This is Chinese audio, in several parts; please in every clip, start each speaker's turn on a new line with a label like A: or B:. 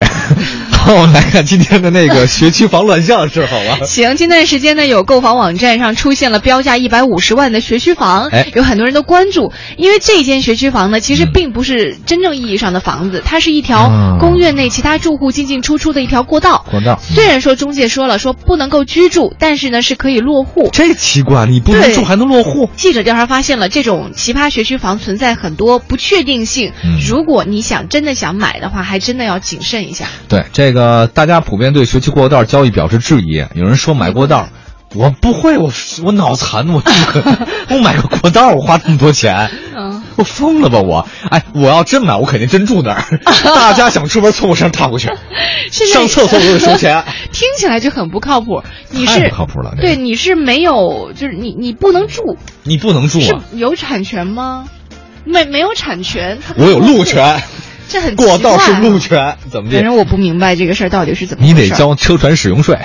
A: 后我们来看今天的那个学区房乱象是好吧？
B: 行，近段时间呢，有购房网站上出现了标价一百五十万的学区房，
A: 哎嗯
B: 有很多人都关注，因为这间学区房呢，其实并不是真正意义上的房子，它是一条
A: 啊
B: 公院内其他住户进进出出的一条过道。
A: 广道
B: 虽然说中介说了说不能够居住，但是呢是可以落户。
A: 这奇怪，你不能
B: 对
A: 住还能落户？
B: 记者调查发现了，这种奇葩学区房存在很多不确定性。
A: 嗯
B: 如果你想真的想买的话，还真的要谨慎一下。
A: 对，这个大家普遍对学区过道交易表示质疑，有人说买过道。我不会，我我脑残，我 我买个过道，我花这么多钱，
B: 嗯，
A: 我疯了吧我？哎，我要真买，我肯定真住那儿。 大家想出门从我身上踏过去，
B: 现在
A: 上厕所我得收 钱。
B: 听起来就很不靠谱。你
A: 太
B: 是
A: 不靠谱了这个
B: 对，你是没有，就是你你不能住，
A: 你不能住
B: 是
A: 啊！
B: 有产权吗？没没有产权，它
A: 我有路权，
B: 这很奇
A: 过道是
B: 怪啊
A: 路权，怎么
B: 反
A: 地？
B: 正我不明白这个事儿到底是怎么
A: 你
B: 回事儿。
A: 得交车船使用税。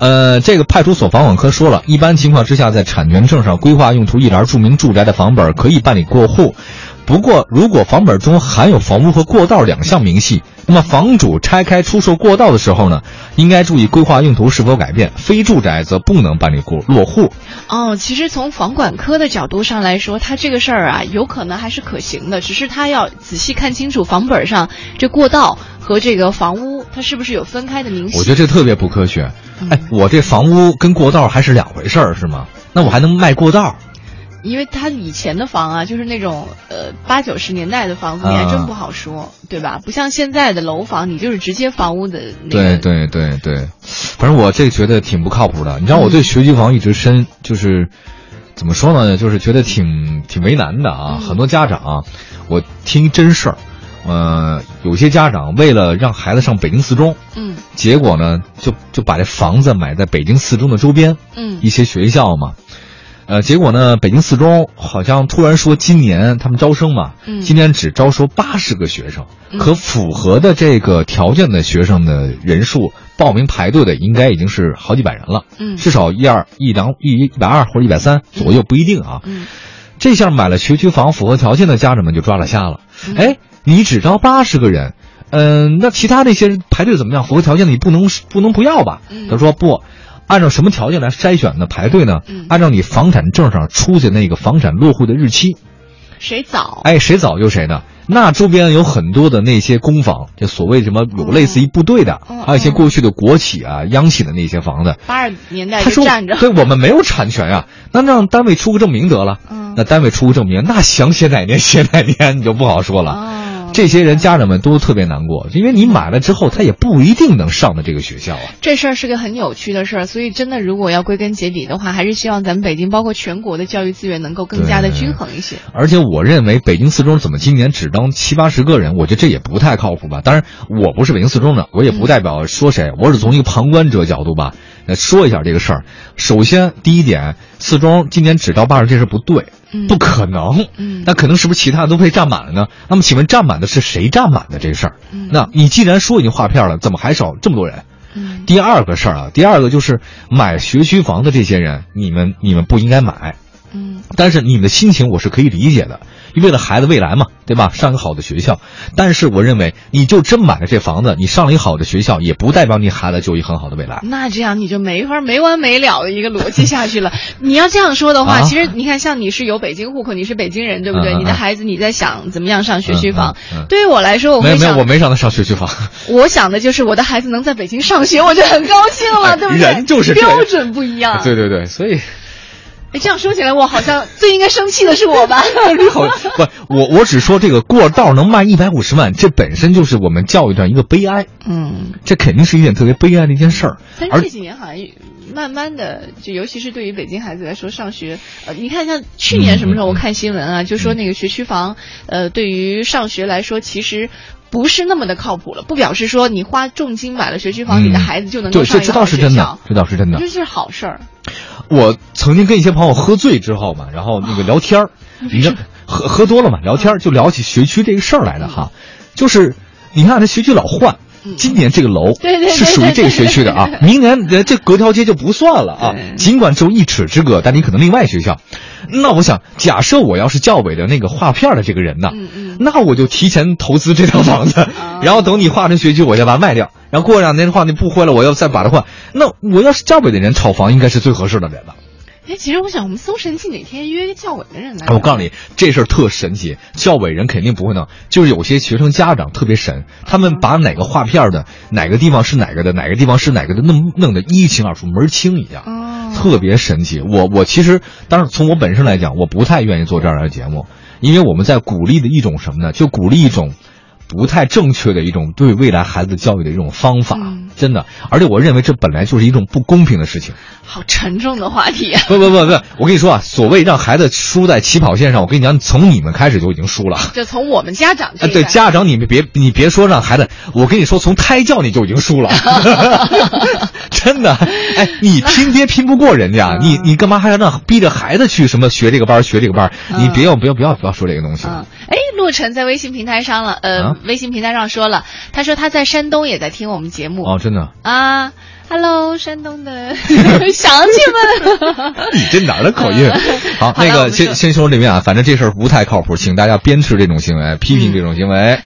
A: 呃，这个派出所房管科说了，一般情况之下，在产权证上规划用途一栏注明住宅的房本可以办理过户。不过，如果房本中含有房屋和过道两项明细，那么房主拆开出售过道的时候呢，应该注意规划用途是否改变，非住宅则不能办理过落户。
B: 哦，其实从房管科的角度上来说，他这个事儿啊，有可能还是可行的，只是他要仔细看清楚房本上这过道和这个房屋，它是不是有分开的明细。
A: 我觉得这特别不科学
B: 嗯。
A: 哎，我这房屋跟过道还是两回事儿，是吗？那我还能卖过道？
B: 因为他以前的房啊，就是那种呃八九十年代的房子，你还
A: 啊
B: 真不好说，对吧？不像现在的楼房，你就是直接房屋的那
A: 对
B: 个。
A: 对对对，反正我这觉得挺不靠谱的。你知道我
B: 嗯
A: 对学区房一直深就是怎么说呢？就是觉得挺挺为难的啊。
B: 嗯
A: 很多家长啊，我听真事儿，呃，有些家长为了让孩子上北京四中，
B: 嗯
A: 结果呢就就把这房子买在北京四中的周边
B: 嗯
A: 一些学校嘛。呃，结果呢，北京四中好像突然说今年他们招生嘛，
B: 嗯
A: 今年只招收八十个学生，
B: 嗯
A: 可符合的这个条件的学生的人数，报名排队的应该已经是好几百人了，
B: 嗯
A: 至少一二一两一一百二或者一百三左右，不一定啊。
B: 嗯
A: 这下买了学区房符合条件的家长们就抓了瞎了，
B: 嗯
A: 哎，你只招八十个人。嗯，那其他那些人排队怎么样？符合条件的你不能不能不要吧？
B: 嗯
A: 他说不，按照什么条件来筛选呢？排队呢？
B: 嗯
A: 按照你房产证上出的那个房产落户的日期，
B: 谁早？
A: 哎，谁早就谁的。那周边有很多的那些工坊，就所谓什么有类似于部队的，
B: 嗯嗯
A: 还有一些过去的国企啊、央企的那些房子。
B: 八十年代
A: 他
B: 就
A: 说
B: 站着：“。
A: 对我们没有产权啊，那让单位出个证明得了。
B: 嗯
A: 那单位出个证明，那想写哪年写哪年，你就不好说了。
B: 哦
A: 这些人家长们都特别难过，因为你买了之后，他也不一定能上的这个学校啊。
B: 这事儿是个很有趣的事儿，所以真的，如果要归根结底的话，还是希望咱们北京包括全国的教育资源能够更加的均衡一些。
A: 而且我认为北京四中怎么今年只当七八十个人，我觉得这也不太靠谱吧。当然，我不是北京四中的，我也不代表说谁，我只从一个旁观者角度吧，呃，说一下这个事儿。首先，第一点，四中今年只招八十，这事不对，
B: 嗯
A: 不可能。
B: 嗯
A: 那可能是不是其他的都被占满了呢？那么请问占满的是谁占满的这事儿
B: 嗯？
A: 那你既然说已经划片了，怎么还少这么多人？
B: 嗯
A: 第二个事儿啊，第二个就是买学区房的这些人，你们你们不应该买。
B: 嗯
A: 但是你们的心情我是可以理解的，为了孩子未来嘛，对吧？上个好的学校。但是我认为，你就真买了这房子，你上了一好的学校，也不代表你孩子就有一很好的未来。
B: 那这样你就没法没完没了的一个逻辑 下去了。你要这样说的话，
A: 啊
B: 其实你看，像你是有北京户口，你是北京人，对不对？
A: 嗯嗯嗯
B: 你的孩子你在想怎么样上学区房？
A: 嗯嗯嗯
B: 对于我来哦说，我
A: 没有
B: 会
A: 没有，
B: 想，
A: 我没让他上学区 房。
B: 我想的就是我的孩子能在北京上学，我就很高兴了，对不对？
A: 人哎就是这样
B: 标准不一样。
A: 对对对，所以
B: 哎，这样说起来，我好像最应该生气的是 我吧？啊
A: 好不，我我只说这个过道能卖一百五十万，这本身就是我们教育上一个悲哀，
B: 嗯，
A: 这肯定是一件特别悲哀的一件事儿。
B: 但是
A: 而
B: 这几年好像慢慢的，就尤其是对于北京孩子来说，上学，呃，你看像去年什么时
A: 嗯
B: 候我看新闻啊，就说那个学区房，呃，对于上学来说其实不是那么的靠谱了，不表示说你花重金买了学区房，你的
A: 嗯
B: 孩子就能够
A: 对，
B: 上
A: 这这
B: 一个
A: 倒
B: 好
A: 是
B: 学
A: 真的
B: 校，
A: 这倒是真的
B: 我觉。得这是好事儿。
A: 我曾经跟一些朋友喝醉之后嘛，然后那个聊天儿，你知道喝喝多了嘛，聊天儿就聊起学区这个事儿来的哈，就是你看这学区老换，今年这个楼
B: 对对对
A: 是属于这个学区的啊，明年呃这隔条街就不算了啊。
B: 对
A: 尽管只有一尺之隔，但你可能另外学校。那我想，假设我要是教委的那个画片儿的这个人呢，
B: 嗯嗯
A: 那我就提前投资这套房子，然后等你画成学区，我再把它卖掉。然后过两年的话，你不会了，我要再把它换。那我要是教委的人炒房，应该是最合适的人了。
B: 哎，其实我想，我们搜神记哪天约教委的人来？
A: 哎我告诉你，这事儿特神奇，教委人肯定不会弄。就是有些学生家长特别神，他们把哪个画片儿的、哪个地方是哪个的、哪个地方是哪个的，弄弄得一清二楚，门儿清一样。
B: 哦，
A: 特别神奇。我我其实，当然从我本身来讲，我不太愿意做这样的节目，因为我们在鼓励的一种什么呢？就鼓励一种不太正确的一种对未来孩子教育的一种方法，
B: 嗯
A: 真的。而且我认为这本来就是一种不公平的事情。
B: 好沉重的话题啊。
A: 不不不不，我跟你说啊，所谓让孩子输在起跑线上，我跟你讲，从你们开始就已经输了。
B: 就从我们家长这
A: 啊，
B: 一
A: 对
B: 代
A: 家长，你们别你别说让孩子，我跟你说，从胎教你就已经输 了，真的。哎，你拼爹拼不过人
B: 嗯
A: 家，你你干嘛还要让逼着孩子去什么学这个班儿学这个班儿？你别要不要不要不要说这个东西。
B: 嗯，哎，洛尘在微信平台上了，呃，
A: 啊
B: 微信平台上说了，他说他在山东也在听我们节目、
A: 哦，真的，
B: 啊。Hello，山 东的乡亲们，
A: 你这哪儿的口音？好，
B: 嗯好
A: 那
B: 了我
A: 个
B: 们
A: 先
B: 说
A: 先说这边啊，反正这事儿不太靠谱，请大家鞭笞这种行为，批评这种行为。